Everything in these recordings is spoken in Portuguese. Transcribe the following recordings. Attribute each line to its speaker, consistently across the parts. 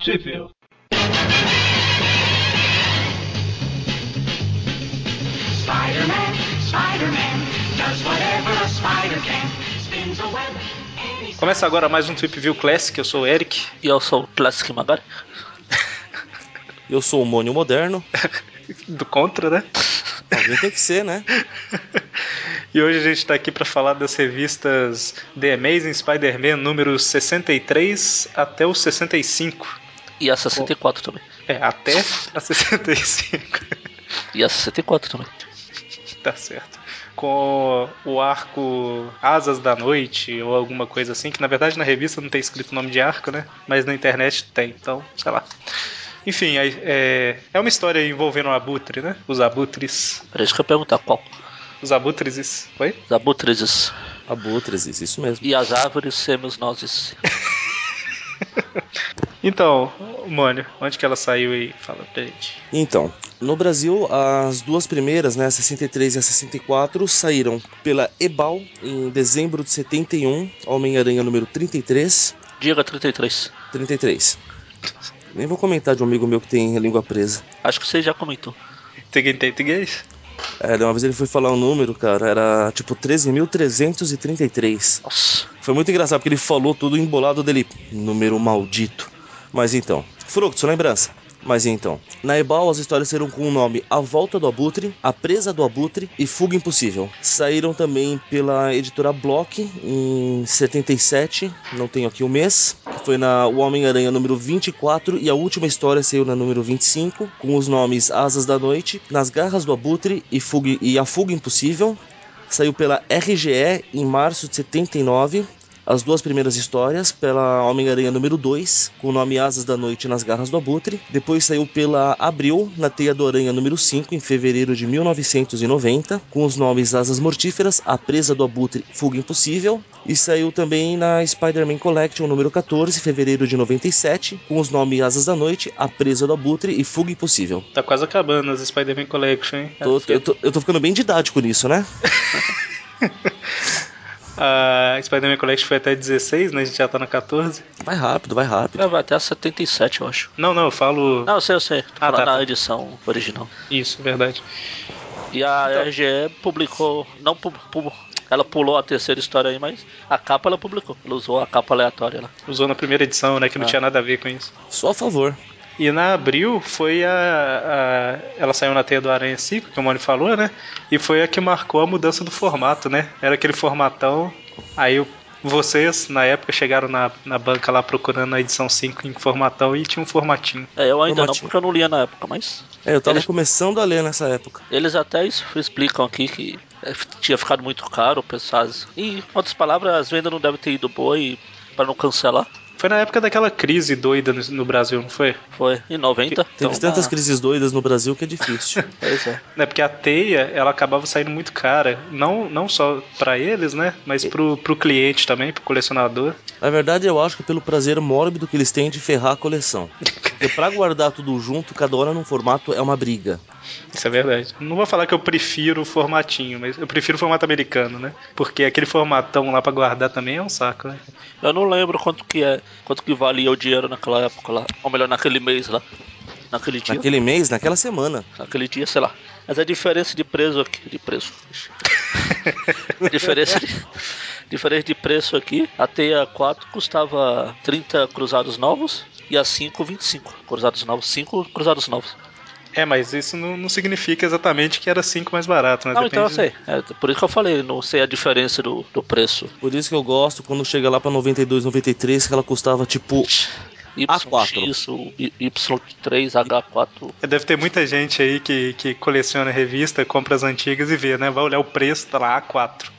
Speaker 1: Sheffield.
Speaker 2: Spider-Man, Spider-Man, does whatever a spider can. Spins a web and he's...
Speaker 3: Começa agora mais um Trip View Classic, eu sou o Eric.
Speaker 4: E eu sou o Classic Magari.
Speaker 5: Eu sou o Mônio Moderno.
Speaker 3: Do Contra, né?
Speaker 5: Alguém tem que ser, né?
Speaker 3: E hoje a gente está aqui para falar das revistas The Amazing Spider-Man números 63 até o 65.
Speaker 4: E a 64 também.
Speaker 3: É, até a 65.
Speaker 4: E a 64 também.
Speaker 3: tá certo. Com o arco Asas da Noite ou alguma coisa assim, que na verdade na revista não tem escrito o nome de arco, né? Mas na internet tem, então, sei lá. Enfim, aí, é, é uma história envolvendo o abutre, né? Os abutres.
Speaker 4: Era isso que eu ia perguntar, qual?
Speaker 3: Os abutres. Oi?
Speaker 4: Os abutres
Speaker 5: Abutres, isso, isso mesmo.
Speaker 4: e as árvores semos nozes.
Speaker 3: Então, Mônio, onde que ela saiu aí? Fala pra gente.
Speaker 5: Então, no Brasil, as duas primeiras, né, a 63 e a 64, saíram pela Ebal em dezembro de 71, Homem-Aranha número 33,
Speaker 4: Diga 33.
Speaker 5: 33. Nem vou comentar de um amigo meu que tem a língua presa.
Speaker 4: Acho que você já comentou.
Speaker 3: Tem português?
Speaker 5: É, uma vez ele foi falar um número, cara, era tipo 13.333.
Speaker 4: Nossa.
Speaker 5: Foi muito engraçado porque ele falou tudo embolado dele. Número maldito. Mas então. Fructo, lembrança. Mas então. Na Ebal, as histórias saíram com o nome A Volta do Abutre, A Presa do Abutre e Fuga Impossível. Saíram também pela editora Block em 77, não tenho aqui o mês. Foi na O Homem-Aranha número 24 e a última história saiu na número 25, com os nomes Asas da Noite, Nas Garras do Abutre e, Fuga, e A Fuga Impossível saiu pela RGE em março de 79. As duas primeiras histórias, pela Homem-Aranha número 2, com o nome Asas da Noite nas Garras do Abutre. Depois saiu pela Abril, na Teia do Aranha número 5, em fevereiro de 1990, com os nomes Asas Mortíferas, A Presa do Abutre, Fuga Impossível. E saiu também na Spider-Man Collection número 14, em fevereiro de 97, com os nomes Asas da Noite, A Presa do Abutre e Fuga Impossível.
Speaker 3: Tá quase acabando as Spider-Man Collection, hein?
Speaker 5: Tô- eu, tô, eu tô ficando bem didático nisso, né?
Speaker 3: A Spider-Man Collection foi até 16, né? A gente já tá na 14.
Speaker 5: Vai rápido, vai rápido.
Speaker 4: Ah, Vai até a 77, eu acho.
Speaker 3: Não, não, eu falo.
Speaker 4: Não, eu sei, eu sei. Tô
Speaker 3: Ah,
Speaker 4: falando
Speaker 3: tá,
Speaker 4: na
Speaker 3: tá.
Speaker 4: edição original.
Speaker 3: Isso, verdade.
Speaker 4: E a
Speaker 3: Então.
Speaker 4: RGE publicou. Não pu- pu- Ela pulou a terceira história aí, mas a capa ela publicou. Ela usou a capa aleatória lá.
Speaker 3: Usou na primeira edição, né? Que não
Speaker 4: Ah.
Speaker 3: tinha nada a ver com isso.
Speaker 5: Só a favor.
Speaker 3: E na abril foi a, a- Ela saiu na teia do Aranha 5, que o Mônio falou, né? E foi a que marcou a mudança do formato, né? Era aquele formatão. Aí o- vocês, na época, chegaram na, na banca lá procurando a edição 5 em formatão e tinha um formatinho.
Speaker 4: É, eu ainda não,
Speaker 5: Normativa.
Speaker 4: porque eu não lia na época, mas.
Speaker 5: É, eu tava
Speaker 4: Eles-
Speaker 5: começando a ler nessa época.
Speaker 4: Eles até es- explicam aqui que eh, f- tinha ficado muito caro, pessoas. E, em outras palavras, as vendas não devem ter ido boa e para não cancelar.
Speaker 3: Foi na época daquela crise doida no, no Brasil, não foi?
Speaker 4: Foi em 90.
Speaker 5: Teve
Speaker 4: então,
Speaker 5: tantas
Speaker 4: ah,
Speaker 5: crises doidas no Brasil que é difícil.
Speaker 4: Pois é.
Speaker 3: Né, porque a teia, ela acabava saindo muito cara. Não, não só pra eles, né? Mas pro, pro cliente também, pro colecionador.
Speaker 5: Na verdade, eu acho que pelo prazer mórbido que eles têm de ferrar a coleção. Porque pra guardar tudo junto, cada hora num formato é uma briga.
Speaker 3: Isso é verdade. Não vou falar que eu prefiro o formatinho, mas eu prefiro o formato americano, né? Porque aquele formatão lá pra guardar também é um saco, né?
Speaker 4: Eu não lembro quanto que é, quanto que valia o dinheiro naquela época lá. Ou melhor, naquele mês lá. Naquele dia.
Speaker 5: Naquele mês, naquela semana.
Speaker 4: Naquele dia, sei lá. Mas a diferença de preço aqui. De preço. diferença, de, diferença de preço aqui. A teia 4 custava 30 cruzados novos. E a 5, 25 cruzados novos. 5 cruzados novos.
Speaker 3: É, mas isso não, não significa exatamente que era 5 mais barato, né?
Speaker 4: não, então eu
Speaker 3: Depende-
Speaker 4: sei. É, por isso que eu falei, não sei a diferença do, do preço.
Speaker 5: Por isso que eu gosto quando chega lá pra 92, 93, que ela custava tipo. A4.
Speaker 4: YX, o Y- Y3, H4.
Speaker 3: Deve ter muita gente aí que, que coleciona revista, compra as antigas e vê, né? Vai olhar o preço, tá lá, A4.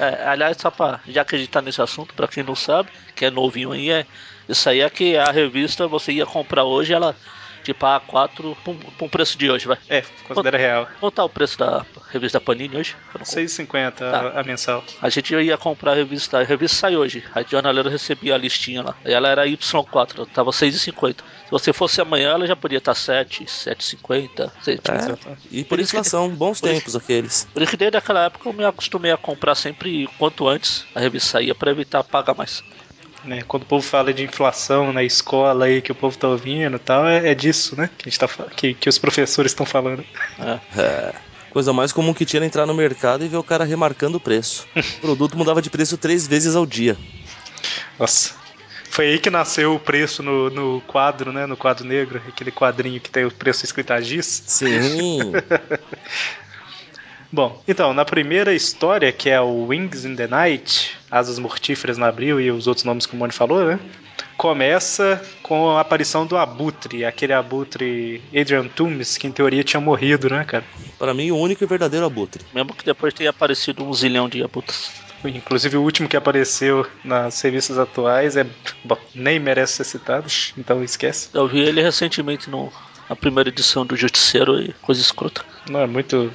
Speaker 4: É, aliás, só pra, já que a gente tá nesse assunto, pra quem não sabe, que é novinho aí, é, isso aí é que a revista você ia comprar hoje, ela tipo a 4 pra um, pra um preço de hoje, vai.
Speaker 3: É, considera real.
Speaker 4: Quanto tá o preço da revista Panini hoje? Eu não compro.
Speaker 3: 6,50 a, a mensal.
Speaker 4: A gente ia comprar a revista, a revista sai hoje. A jornaleira recebia a listinha lá. E ela era Y4, tava 6,50. Se você fosse amanhã, ela já podia tá estar 7, 7,50. sei, tipo,
Speaker 5: É, e por,
Speaker 4: Por isso que-
Speaker 5: inflação, bons
Speaker 4: por isso-
Speaker 5: tempos aqueles.
Speaker 4: Por isso que desde aquela época eu me acostumei a comprar sempre quanto antes a revista saía pra evitar pagar mais.
Speaker 3: né? Quando o povo fala de inflação na escola aí que o povo tá ouvindo e tal, é, é disso, né? Que, a gente tá, fa- que, que os professores estão falando.
Speaker 5: É. Coisa mais comum que tinha era entrar no mercado e ver o cara remarcando o preço. O produto mudava de preço três vezes ao dia.
Speaker 3: Nossa. Foi aí que nasceu o preço no, no quadro, né? No quadro negro, aquele quadrinho que tem o preço escrito a giz.
Speaker 5: Sim.
Speaker 3: Bom, então, na primeira história, que é o Wings in the Night, Asas Mortíferas no Abril e os outros nomes que o Mone falou, né? Começa com a aparição do Abutre, aquele Abutre Adrian Toomes, que em teoria tinha morrido, né, cara?
Speaker 5: Para mim, o único e verdadeiro abutre.
Speaker 4: Mesmo que depois tenha aparecido um zilhão de abutres.
Speaker 3: Inclusive o último que apareceu nas revistas atuais é. Bom, nem merece ser citado, então esquece.
Speaker 4: Eu vi ele recentemente no, na primeira edição do Justiceiro e coisa escrota.
Speaker 3: Não, é muito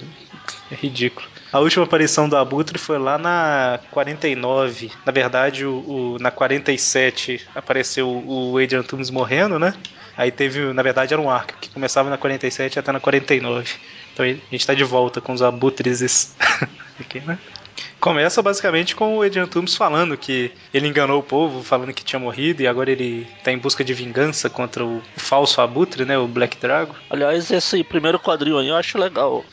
Speaker 3: é ridículo. A última aparição do Abutre foi lá na 49. Na verdade, o, o- na 47 apareceu o Adrian Toomes morrendo, né? Aí teve, na verdade, era um arco que começava na 47 até na 49. Então a gente tá de volta com os abutres aqui, né? Começa basicamente com o Adrian Toomes falando que ele enganou o povo, falando que tinha morrido e agora ele tá em busca de vingança contra o falso abutre, né? O Black Drago.
Speaker 4: Aliás, esse primeiro quadrinho aí eu acho legal.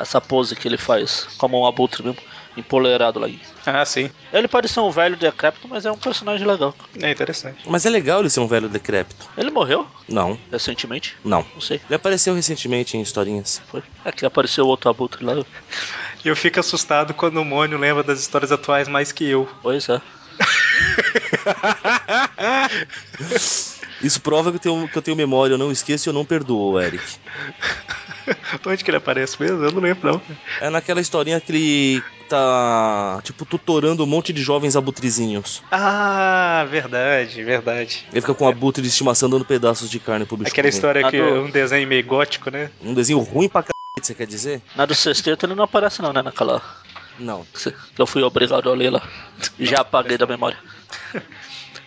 Speaker 4: Essa pose que ele faz, como um abutre mesmo, empoleirado lá.
Speaker 3: Ah, sim.
Speaker 4: Ele pode ser um velho decrépito, mas é um personagem legal.
Speaker 3: É interessante.
Speaker 5: Mas é legal ele ser um velho decrépito.
Speaker 4: Ele morreu
Speaker 5: Não,
Speaker 4: recentemente?
Speaker 5: não.
Speaker 4: Não sei,
Speaker 5: Ele apareceu recentemente em historinhas.
Speaker 4: foi. É que apareceu outro abutre lá.
Speaker 3: E eu fico assustado quando o Mônio lembra das histórias atuais mais que eu.
Speaker 4: Pois é.
Speaker 5: Isso prova que eu tenho, que eu tenho memória, eu não esqueço e eu não perdoo, Eric.
Speaker 3: Onde que ele aparece mesmo? Eu não lembro, não.
Speaker 5: É naquela historinha que ele tá, tipo, tutorando um monte de jovens abutrizinhos.
Speaker 3: Ah, verdade, verdade.
Speaker 5: Ele fica com um abutre de estimação dando pedaços de carne pro bicho.
Speaker 3: Aquela
Speaker 5: comer.
Speaker 3: história que é
Speaker 4: Adoro.
Speaker 3: um desenho meio gótico, né?
Speaker 5: Um desenho ruim pra c... você quer dizer?
Speaker 4: Na do sexteto ele não aparece não, né? Naquela
Speaker 5: Não.
Speaker 4: que eu fui obrigado a ler lá. Já apaguei da memória.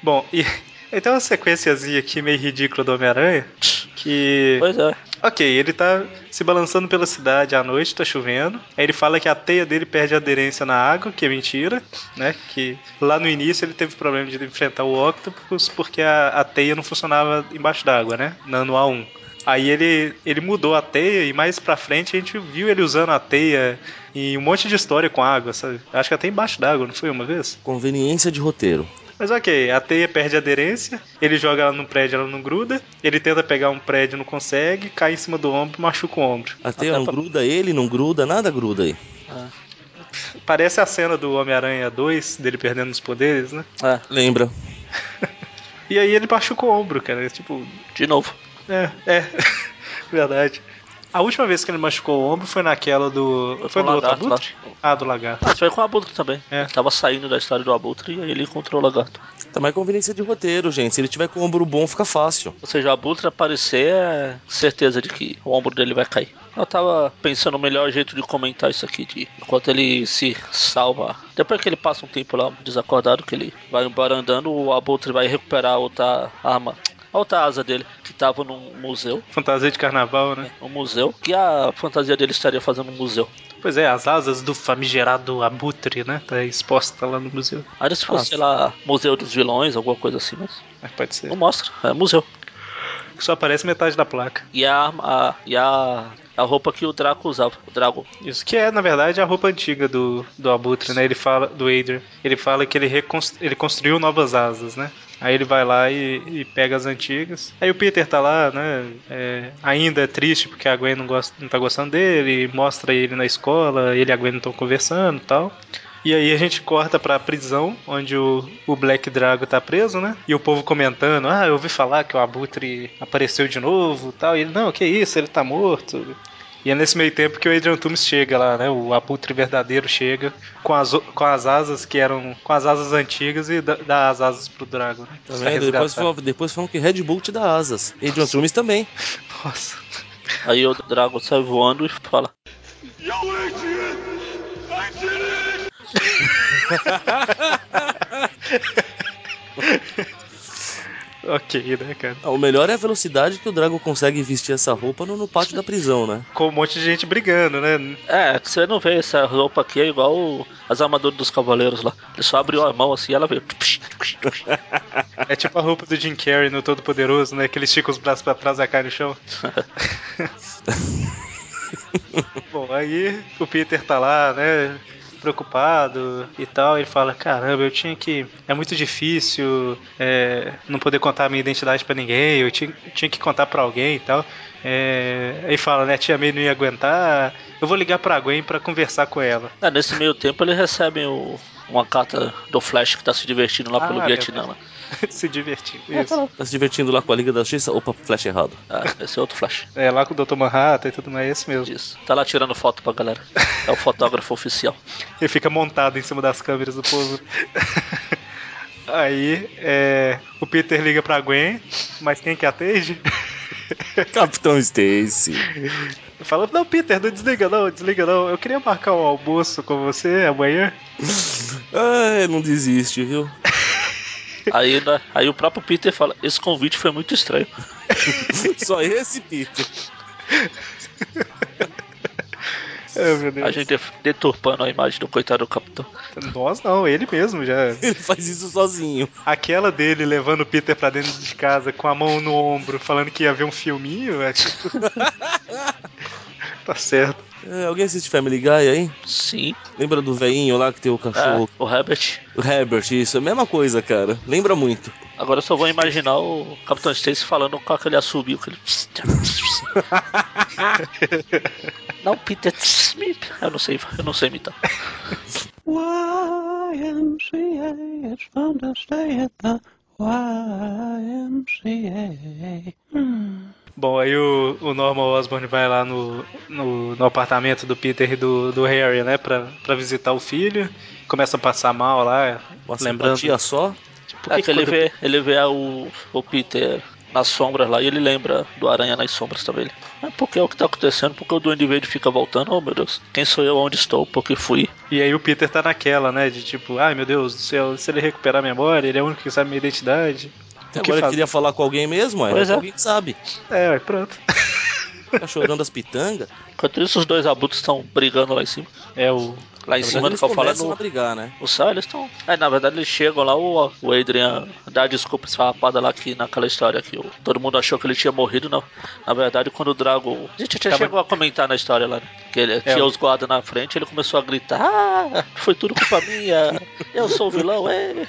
Speaker 3: Bom, e aí tem uma sequenciazinha aqui meio ridícula do Homem-Aranha. Que.
Speaker 4: Pois é.
Speaker 3: Ok, ele tá se balançando pela cidade à noite, tá chovendo. Aí ele fala que a teia dele perde aderência na água, que é mentira, né? Que lá no início ele teve problema de enfrentar o Octopus porque a, a teia não funcionava embaixo d'água, né? Na- No A1. Aí ele, ele mudou a teia e mais pra frente a gente viu ele usando a teia em um monte de história com água, sabe? Acho que até embaixo d'água, não foi uma vez?
Speaker 5: Conveniência de roteiro.
Speaker 3: Mas ok, a teia perde aderência, ele joga ela num prédio, ela não gruda, ele tenta pegar um prédio, não consegue, cai em cima do ombro, machuca o ombro.
Speaker 5: Até,
Speaker 4: Até
Speaker 5: não
Speaker 4: pra-
Speaker 5: gruda ele, não gruda, nada gruda aí.
Speaker 4: É.
Speaker 3: Parece a cena do Homem-Aranha 2, dele perdendo os poderes, né?
Speaker 4: É,
Speaker 5: Lembra?
Speaker 3: E aí ele machuca o ombro, cara. Tipo,
Speaker 4: de novo.
Speaker 3: é, é, verdade. A última vez que ele machucou o ombro foi naquela do. Foi
Speaker 4: com
Speaker 3: do
Speaker 4: o
Speaker 3: outro
Speaker 4: lagarto lá.
Speaker 3: abutre? Ah, do lagarto.
Speaker 4: Ah, foi com o Abutre também.
Speaker 3: É.
Speaker 4: Ele tava saindo da história do Abutre e aí ele encontrou o lagarto.
Speaker 5: Tá mais conveniência de roteiro, gente. Se ele tiver com o ombro bom, fica fácil.
Speaker 4: Ou seja, o Abutre aparecer é certeza de que o ombro dele vai cair. Eu tava pensando o melhor jeito de comentar isso aqui, de enquanto ele se salva. Depois que ele passa um tempo lá desacordado, que ele vai embora andando, o Abutre vai recuperar a outra arma, a outra asa dele, que tava num museu.
Speaker 3: Fantasia de carnaval, né?
Speaker 4: Um museu, que a fantasia dele estaria fazendo um museu.
Speaker 3: Pois é, as asas do famigerado abutre, né? Tá exposta lá no museu.
Speaker 4: Aí se
Speaker 5: Ah,
Speaker 4: fosse, sei lá, Museu dos Vilões, alguma coisa assim, mas
Speaker 3: É, pode ser.
Speaker 4: não mostra, é museu.
Speaker 3: Só aparece metade da placa.
Speaker 4: E a arma, a- e a, a roupa que o Draco usava, o Drago.
Speaker 3: Isso que é, na verdade, a roupa antiga do, do Abutre, né? Ele fala, do Adrian. Ele fala que ele, reconst- ele construiu novas asas, né? Aí ele vai lá e, e pega as antigas. Aí o Peter tá lá, né? é, ainda triste porque a Gwen não, gosta, não tá gostando dele. Mostra ele na escola, ele e a Gwen não estão conversando e tal. E aí a gente corta pra prisão, onde o, o Black Drago tá preso, né? E o povo comentando, ah, eu ouvi falar que o Abutre apareceu de novo tal. E ele, não, que isso, ele tá morto. E é nesse meio tempo que o Adrian Toomes chega lá, né? O abutre verdadeiro chega com as, o- com as asas que eram. com as asas antigas e dá, dá as asas pro Drago, né?
Speaker 5: Tá
Speaker 3: Pra
Speaker 5: vendo? Depois,
Speaker 3: resgatar.
Speaker 5: falam, depois falam que Red Bull te dá asas. E John Trumes também.
Speaker 3: Nossa.
Speaker 4: Aí o Drago sai voando e fala.
Speaker 2: You idiot! I did it!
Speaker 3: ok, né, cara?
Speaker 5: Ah, O melhor é a velocidade que o Drago consegue vestir essa roupa no, no pátio da prisão, né?
Speaker 3: Com um monte de gente brigando, né?
Speaker 4: É, que você não vê essa roupa aqui, é igual o- as armaduras dos cavaleiros lá. Ele só abriu a mão assim e ela veio.
Speaker 3: É tipo a roupa do Jim Carrey no Todo Poderoso, né? Que ele estica os braços pra trás e cai no chão. Bom, aí o Peter tá lá, né? Preocupado e tal, ele fala: Caramba, eu tinha que. É muito difícil é, não poder contar a minha identidade pra ninguém, eu tinha, tinha que contar pra alguém e tal. É, aí fala, né? A tia May não ia aguentar, eu vou ligar pra Gwen pra conversar com ela.
Speaker 4: É, nesse meio tempo ele recebe o- uma carta do Flash que tá se divertindo lá pelo
Speaker 3: Ah,
Speaker 4: Vietnã. né?
Speaker 3: Se divertir.
Speaker 5: É, tá,
Speaker 3: Isso.
Speaker 5: lá, tá se divertindo lá com a Liga da Justiça. Opa, flash errado.
Speaker 4: Ah, esse é outro Flash.
Speaker 3: É, lá com o Dr. Manhattan e tudo mais, é esse mesmo.
Speaker 4: Isso. Tá lá tirando foto pra galera. É o fotógrafo oficial.
Speaker 3: Ele fica montado em cima das câmeras do povo. Aí, é, o Peter liga pra Gwen, mas quem que atende?
Speaker 5: Capitão Stacy.
Speaker 3: Fala, não, Peter, não desliga não, desliga não. Eu queria marcar um almoço com você amanhã.
Speaker 5: Ah, não desiste, viu?
Speaker 4: Aí, né, aí o próprio Peter fala: Esse convite foi muito estranho.
Speaker 5: Só esse Peter.
Speaker 3: Ai, É, meu Deus.
Speaker 4: A gente de- deturpando a imagem do coitado do capitão.
Speaker 3: Nós não, ele mesmo já.
Speaker 5: Ele faz isso sozinho.
Speaker 3: Aquela dele levando o Peter pra dentro de casa com a mão no ombro, falando que ia ver um filminho, é tipo... Tá certo.
Speaker 5: É, alguém assiste Family Guy aí?
Speaker 4: Sim.
Speaker 5: Lembra do veinho lá que tem o
Speaker 4: É,
Speaker 5: cachorro?
Speaker 4: o Herbert.
Speaker 5: O Herbert, isso. É a mesma coisa, cara. Lembra muito.
Speaker 4: Agora eu só vou imaginar o Capitão Stacy falando com aquele assobio que ele. Não, Peter. Eu não sei, eu não sei imitar.
Speaker 1: YMCA, it's fun to stay at the YMCA.
Speaker 3: Bom, aí o, o Norman Osborn vai lá no, no, no apartamento do Peter e do, do Harry, né? Pra, pra visitar o filho. Começa a passar mal lá.
Speaker 5: Uma
Speaker 3: lembrando.
Speaker 5: simpatia só.
Speaker 3: Por
Speaker 4: É
Speaker 3: que
Speaker 4: que ele
Speaker 3: quando-
Speaker 4: vê, ele vê a- o, o Peter nas sombras lá e ele lembra do Aranha nas sombras também. Ele, É porque é o que tá acontecendo, porque o Duende Verde fica voltando. Oh meu Deus, quem sou eu, onde estou, porque fui.
Speaker 3: E aí o Peter tá naquela, né? De tipo, ai meu Deus do céu, se ele recuperar a memória, ele é o único que sabe minha identidade.
Speaker 5: Até
Speaker 3: O que
Speaker 5: Então agora ele
Speaker 3: faz?
Speaker 5: queria falar com alguém mesmo, é.
Speaker 4: Pois é.
Speaker 5: Alguém que sabe.
Speaker 3: É, ué, pronto.
Speaker 5: Tá chorando as pitangas.
Speaker 4: Enquanto isso, os dois abutres estão brigando lá em cima.
Speaker 3: É o.
Speaker 4: Lá em
Speaker 5: Na
Speaker 4: cima,
Speaker 5: verdade,
Speaker 4: do
Speaker 5: eles
Speaker 4: que eu falo, é
Speaker 5: começam
Speaker 4: no,
Speaker 5: a brigar, né?
Speaker 4: O Sal, eles estão. É, na verdade eles chegam lá, o, o Adrian dá desculpa esfarrapada lá que naquela história que o- todo mundo achou que ele tinha morrido, não. Na verdade, quando o Drago. A gente até
Speaker 3: Tava-
Speaker 4: chegou a comentar na história lá, né? Que ele tinha os guardas na frente, ele começou a gritar: Ah, foi tudo culpa minha, eu sou o vilão, é.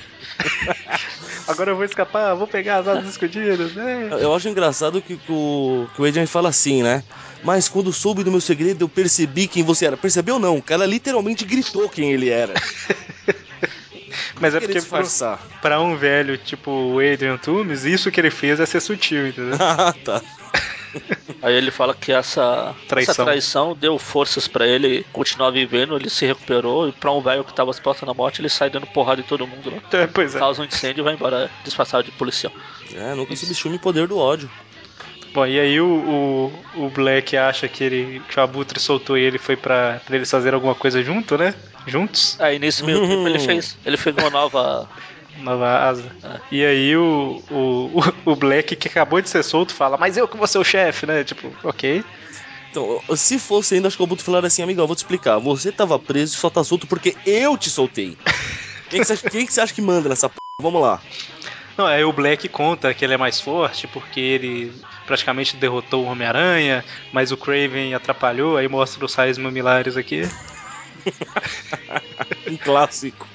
Speaker 3: Agora eu vou escapar, vou pegar as asas escondidas, né?
Speaker 5: Eu acho engraçado que, que o, que o Adrian fala assim, né? Mas quando soube do meu segredo, eu percebi quem você era. Percebeu não? O cara literalmente gritou quem ele era.
Speaker 3: Mas é
Speaker 5: Queria
Speaker 3: porque pro-
Speaker 5: disfarçar.
Speaker 3: pra um velho tipo o Adrian Toomes, isso que ele fez é ser sutil, entendeu?
Speaker 5: Ah, tá.
Speaker 4: Aí ele fala que essa
Speaker 3: Traição.
Speaker 4: essa traição deu forças pra ele continuar vivendo, ele se recuperou, e pra um velho que tava às portas da morte, ele sai dando porrada em todo mundo lá.
Speaker 3: É, pois é.
Speaker 4: Causa um incêndio e vai embora disfarçado de policial.
Speaker 5: É, nunca subestime o poder do ódio.
Speaker 3: Bom, e aí o, o, o Black acha que ele que o Abutre soltou ele e foi pra, pra eles fazerem alguma coisa junto, né? Juntos,
Speaker 4: Aí nesse meio tempo
Speaker 5: Uhum.
Speaker 4: ele fez. Ele fez uma nova.
Speaker 3: nova asa. E aí o, o, o Black, que acabou de ser solto, fala, mas eu que vou ser o chefe, né? Tipo, ok.
Speaker 5: Então, se fosse ainda, acho que o Buto falaria assim, amigão, eu vou te explicar. Você tava preso e só tá solto porque eu te soltei. Quem que você acha, quem que, você acha que manda nessa p... Vamos lá.
Speaker 3: Não, aí o Black conta que ele é mais forte porque ele praticamente derrotou o Homem-Aranha, mas o Craven atrapalhou, aí mostra os raios mamilares aqui.
Speaker 5: Um clássico.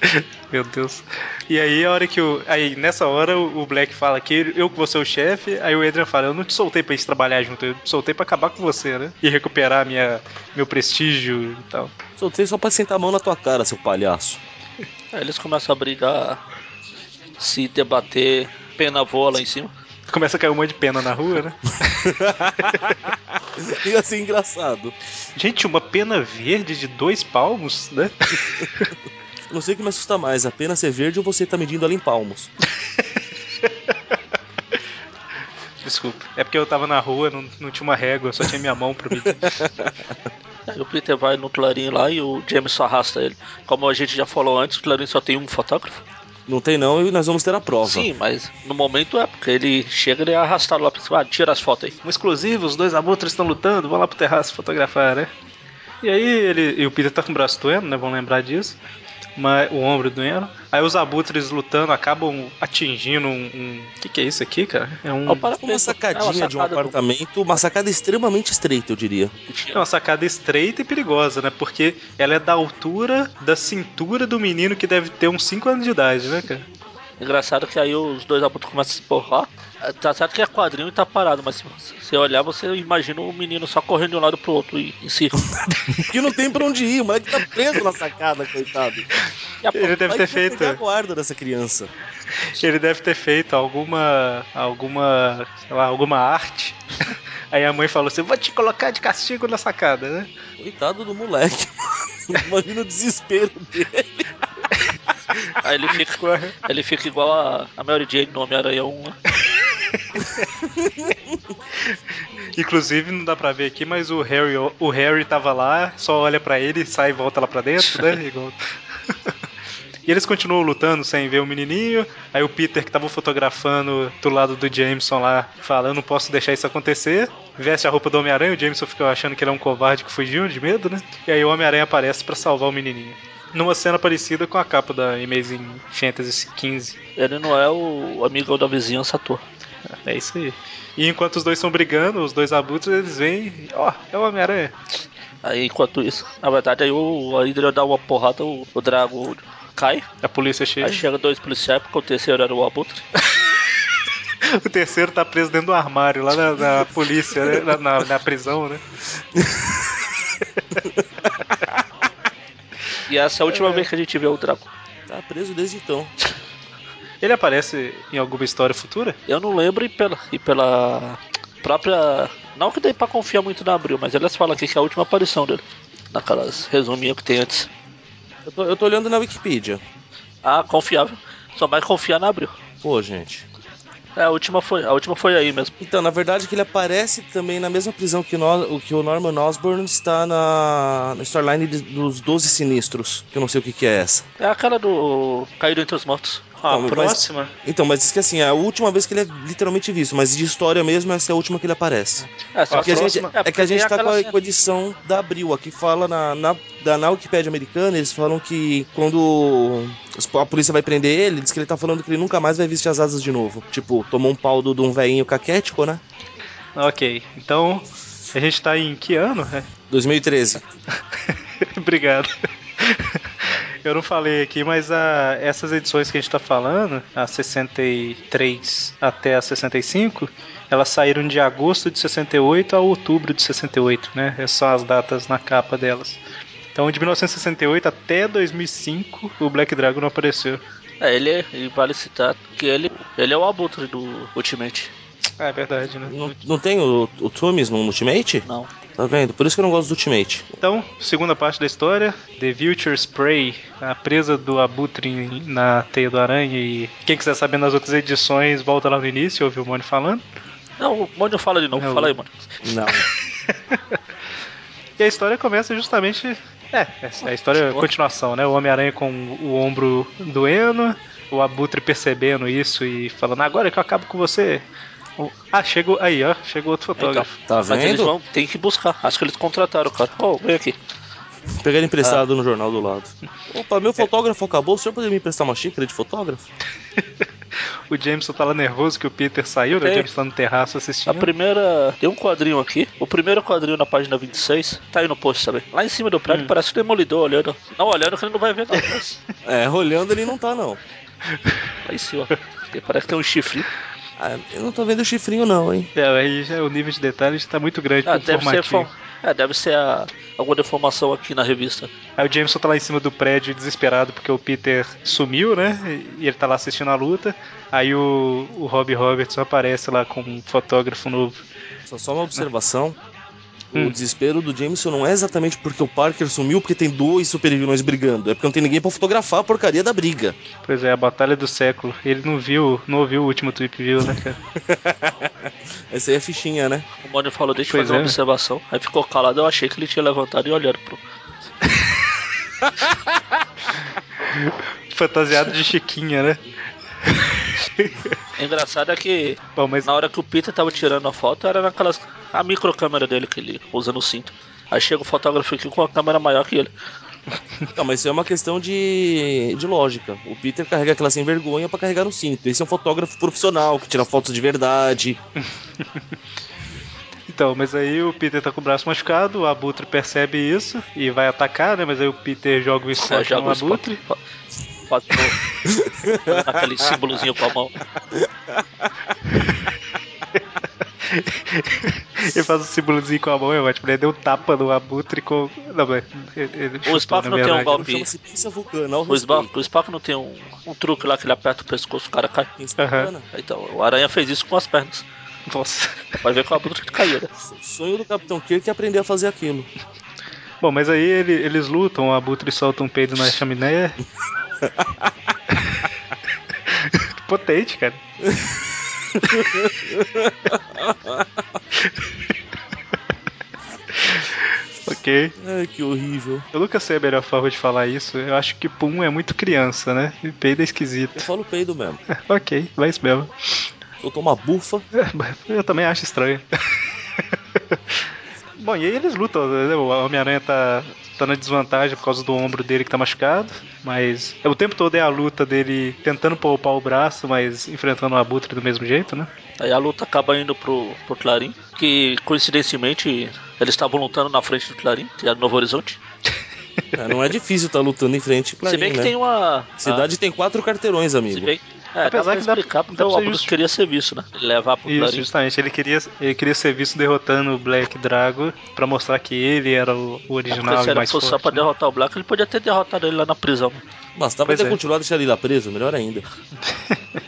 Speaker 3: Meu Deus. E aí a hora que o. Aí nessa hora o o Black fala que eu que vou ser o chefe, aí o Adrian fala, eu não te soltei pra gente trabalhar junto, eu te soltei pra acabar com você, né? E recuperar minha, meu prestígio e tal.
Speaker 5: Soltei só pra sentar a mão na tua cara, seu palhaço.
Speaker 4: Aí eles começam a brigar, se debater, pena voa lá em cima.
Speaker 3: Começa a cair um monte de pena na rua, né?
Speaker 5: Ia ser engraçado.
Speaker 3: Gente, uma pena verde de dois palmos, né?
Speaker 5: Não sei o que me assusta mais, a pena ser verde ou você tá medindo ela em palmos.
Speaker 3: Desculpa. É porque eu tava na rua, não, não tinha uma régua, só tinha minha mão pra mim.
Speaker 4: Aí o Peter vai no Clarim lá e o Jameson arrasta ele. Como a gente já falou antes, o Clarim só tem um fotógrafo.
Speaker 5: Não tem não e nós vamos ter a prova.
Speaker 4: Sim, mas no momento é, porque ele chega ele é arrasta o lápis. Ah, tira as fotos aí.
Speaker 3: Um exclusivo, os dois abutres estão lutando, vão lá pro terraço fotografar, né? E aí ele. E o Peter tá com o braço doendo, né? Vão lembrar disso. Mas, o ombro doendo. Aí os abutres lutando acabam atingindo um. um- que, que é isso aqui, cara? É um.
Speaker 4: É o parapente.
Speaker 5: Hum.
Speaker 4: É
Speaker 5: Uma
Speaker 4: uma
Speaker 5: sacadinha de um
Speaker 4: sacada do-
Speaker 5: apartamento, uma sacada extremamente estreita, eu diria.
Speaker 3: É uma sacada estreita e perigosa, né? Porque ela é da altura da cintura do menino que deve ter uns 5 anos de idade, né, cara?
Speaker 4: Engraçado que aí os dois abutres começam a se porrar. Tá certo que é quadrinho e tá parado, mas se você olhar, você imagina o menino só correndo de um lado pro outro e em círculo.
Speaker 5: Porque não tem pra onde ir, o moleque tá preso na sacada, coitado.
Speaker 4: E a
Speaker 3: Ele deve
Speaker 5: Vai
Speaker 3: ter
Speaker 5: que vai
Speaker 3: feito. é.
Speaker 5: pegar a guarda dessa criança.
Speaker 3: Ele deve ter feito alguma. alguma. sei lá, alguma arte. Aí a mãe falou assim: vou te colocar de castigo na sacada, né?
Speaker 5: Coitado do moleque. Imagina o desespero dele.
Speaker 4: Aí ele fica, ele fica igual a, a Mary Jane no Homem-Aranha 1. né?
Speaker 3: Inclusive, não dá pra ver aqui, mas o Harry, o Harry tava lá, só olha pra ele, sai e volta lá pra dentro, né? Igual- E eles continuam lutando sem ver o menininho. Aí o Peter, que tava fotografando do lado do Jameson lá, fala: Eu não posso deixar isso acontecer. Veste a roupa do Homem-Aranha. O Jameson fica achando que ele é um covarde que fugiu de medo, né? E aí o Homem-Aranha aparece pra salvar o menininho. Numa cena parecida com a capa da Amazing Fantasy XV.
Speaker 4: Ele não é o amigo da vizinhança à toa.
Speaker 3: É isso aí. E enquanto os dois estão brigando, os dois abutres, eles vêm. Ó, é o Homem-Aranha.
Speaker 4: Aí enquanto isso, na verdade, aí o a Hydra dá uma porrada, o, o Drago cai.
Speaker 3: A polícia é chega.
Speaker 4: Aí chega dois policiais, porque o terceiro era o Abutre.
Speaker 3: O terceiro tá preso dentro do armário, lá na, na polícia, né? na, na- na prisão, né?
Speaker 4: E essa é a última vez que a gente vê o Drago.
Speaker 5: Tá preso desde então.
Speaker 3: Ele aparece em alguma história futura?
Speaker 4: Eu não lembro e pela, e pela própria. Não que dei pra confiar muito na Abril, mas elas falam aqui que é a última aparição dele. Naquelas resuminhas que tem antes.
Speaker 5: Eu tô, eu tô olhando na Wikipedia.
Speaker 4: Ah, confiável. Só vai confiar na Abril.
Speaker 5: Pô, gente.
Speaker 4: É, a última foi, a última foi aí mesmo.
Speaker 5: Então, na verdade, que ele aparece também na mesma prisão que, o Nor- o, que o Norman Osborn está na, na storyline de- dos Doze Sinistros, que eu não sei o que, que é essa.
Speaker 4: É aquela do. Caído entre os mortos.
Speaker 3: Ah,
Speaker 5: Não, mas-
Speaker 3: próxima?
Speaker 5: Então, mas diz que assim, é a última vez que ele é literalmente visto, mas de história mesmo, essa é a última que ele aparece.
Speaker 4: É, só
Speaker 5: É que a gente,
Speaker 4: próxima-
Speaker 5: é que a gente
Speaker 4: porque
Speaker 5: tá
Speaker 4: tem
Speaker 5: com a,
Speaker 4: aquela
Speaker 5: com a edição da Abril. Aqui fala na, na, da, na Wikipédia americana, eles falam que quando os- a polícia vai prender ele, diz que ele tá falando que ele nunca mais vai vestir as asas de novo. Tipo, tomou um pau do- de um velhinho caquético, né?
Speaker 3: Ok. Então, a gente tá em que ano? É.
Speaker 5: 2013.
Speaker 3: Obrigado. Eu não falei aqui, mas a- essas edições que a gente tá falando, a 63 até a 65, elas saíram de agosto de 68 a outubro de 68, né? Essas são as datas na capa delas. Então, de 1968 até 2005, o Black Dragon não apareceu.
Speaker 4: É, ele, é- e vale citar que ele, ele é o abutre do Ultimate.
Speaker 3: Ah, é verdade, né?
Speaker 5: Não, não tem o, o Tumis no Ultimate?
Speaker 4: Não.
Speaker 5: Tá vendo? Por isso que eu não gosto do Ultimate.
Speaker 3: Então, segunda parte da história, The Vulture's Prey, a presa do abutre em- na teia do aranha e quem quiser saber nas outras edições, volta lá no início, ouve o Mônio falando.
Speaker 4: Não, o Mônio fala de novo.
Speaker 3: Não.
Speaker 4: Fala aí, mano.
Speaker 5: Não.
Speaker 3: E a história começa justamente. É, é a história é a continuação, né? O Homem-Aranha com o ombro doendo, o Abutre percebendo isso e falando, agora que eu acabo com você. O- Ah, chegou. Aí, ó, chegou outro fotógrafo.
Speaker 5: Tá
Speaker 4: Mas eles
Speaker 5: vendo?
Speaker 4: vão, tem que buscar. Acho que eles contrataram o cara. Ô, vem aqui.
Speaker 5: Pegaram
Speaker 4: Ah.
Speaker 5: emprestado no jornal do lado. Opa,
Speaker 4: É.
Speaker 5: meu fotógrafo acabou. O senhor poderia me emprestar uma xícara de fotógrafo?
Speaker 3: O Jameson tá lá nervoso que o Peter saiu, né? O
Speaker 4: Tem.
Speaker 3: Jameson tá no terraço
Speaker 4: A
Speaker 3: assistindo.
Speaker 4: primeira. Tem um quadrinho aqui. O primeiro quadrinho na página 26. Tá aí no post também. Lá em cima do prédio parece o demolidor olhando. Não olhando que ele não vai ver, não. Lá
Speaker 5: É, olhando ele não tá, não.
Speaker 4: tá em cima. Porque Parece que tem um chifre.
Speaker 5: Ah, eu não tô vendo o chifrinho, não, hein?
Speaker 3: É, aí já o nível de detalhes tá muito grande
Speaker 4: Ah,
Speaker 3: pro
Speaker 4: deve ser,
Speaker 3: formatinho.
Speaker 4: fo- é, deve ser a- alguma deformação aqui na revista.
Speaker 3: Aí o Jameson tá lá em cima do prédio desesperado porque o Peter sumiu, né? E ele tá lá assistindo a luta. Aí o, o Robbie Robertson aparece lá com um fotógrafo novo.
Speaker 5: Só, só uma observação.
Speaker 3: Hum.
Speaker 5: O desespero do Jameson não é exatamente porque o Parker sumiu, porque tem dois super-vilões brigando. É porque não tem ninguém pra fotografar a porcaria da briga.
Speaker 3: Pois é, a batalha do século. Ele não viu, não ouviu o último Trip View, né, cara?
Speaker 5: Essa aí é a fichinha, né?
Speaker 4: O Mônio falou, deixa eu
Speaker 3: Pois
Speaker 4: fazer
Speaker 3: é.
Speaker 4: uma observação. Aí ficou calado, eu achei que ele tinha levantado e olhado pro.
Speaker 3: Fantasiado de Chiquinha, né?
Speaker 4: O engraçado é que
Speaker 3: Bom, mas
Speaker 4: na hora que o Peter tava tirando a foto, era naquelas. a microcâmera dele que ele usa no cinto. Aí chega o fotógrafo aqui com uma câmera maior que ele.
Speaker 5: Não, mas isso é uma questão de, de lógica. O Peter carrega aquela sem vergonha pra carregar um cinto. Esse é um fotógrafo profissional que tira fotos de verdade.
Speaker 3: Então, mas aí o Peter tá com o braço machucado, o Abutre percebe isso e vai atacar, né? Mas aí o Peter joga o
Speaker 4: Aí
Speaker 3: esporte
Speaker 4: joga
Speaker 3: no
Speaker 4: o
Speaker 3: é um Abutre.
Speaker 4: spot- fa- faz o- faz um, aquele símbolozinho com a mão.
Speaker 3: ele faz um símbolozinho com a mão, é ótimo. Ele deu um tapa no Abutre com. Não, mas ele, ele chutou,
Speaker 4: Spock
Speaker 3: na
Speaker 4: não tem um
Speaker 3: verdade.
Speaker 4: golpe.
Speaker 5: Então Chama-se pizza vulcana. ao
Speaker 4: O
Speaker 5: respeito.
Speaker 4: Spock, o Spock não tem um, um truque lá que ele aperta o pescoço, o cara cai.
Speaker 5: Pizza vulcana.
Speaker 4: Então, o Aranha fez isso com as pernas.
Speaker 3: Nossa.
Speaker 4: Vai ver com a bunda que caiu, né?
Speaker 5: O Sonho do Capitão Kirk é aprender a fazer aquilo.
Speaker 3: Bom, mas aí ele- eles lutam, o Abutre solta um peido na chaminé. Potente, cara. ok.
Speaker 5: Ai, É, que horrível.
Speaker 3: Eu nunca sei a melhor forma de falar isso. Eu acho que pum é muito criança, né? E peido é
Speaker 5: Eu
Speaker 3: esquisito.
Speaker 5: falo peido mesmo.
Speaker 3: ok, vai isso mesmo.
Speaker 5: Eu tomo uma bufa.
Speaker 3: Eu também acho estranho. Bom, e aí eles lutam, né? o Homem-Aranha tá, tá na desvantagem por causa do ombro dele que tá machucado, mas o tempo todo é a luta dele tentando poupar o braço, mas enfrentando o Abutre do mesmo jeito, né?
Speaker 4: Aí a luta acaba indo pro, pro Clarim, que coincidentemente eles estavam lutando na frente do Clarim, que era Novo Horizonte.
Speaker 5: É, não é difícil estar lutando em frente. Clarinho,
Speaker 4: se bem que
Speaker 5: né?
Speaker 4: tem uma.
Speaker 5: Cidade tem quatro carteirões,
Speaker 4: Ah, se
Speaker 5: amigo.
Speaker 4: bem,
Speaker 3: Apesar
Speaker 4: é, Apesar
Speaker 3: que
Speaker 4: que
Speaker 3: dá-
Speaker 4: explicar
Speaker 3: dá
Speaker 4: porque
Speaker 3: pra
Speaker 4: o
Speaker 3: ser
Speaker 4: Abrams
Speaker 3: justo.
Speaker 4: queria serviço, né? Levar pro
Speaker 3: Isso,
Speaker 4: Clarim.
Speaker 3: justamente, ele queria, ele queria ser visto derrotando o Black Drago pra mostrar que ele era o, o
Speaker 4: É
Speaker 3: original
Speaker 4: porque se
Speaker 3: e
Speaker 4: era
Speaker 3: mais
Speaker 4: fosse
Speaker 3: forte.
Speaker 4: só pra
Speaker 3: né?
Speaker 4: derrotar o Black, ele podia ter derrotado ele lá na prisão.
Speaker 5: Bastava
Speaker 3: Pois
Speaker 5: ter
Speaker 3: é.
Speaker 5: continuado deixando ele lá preso, melhor ainda.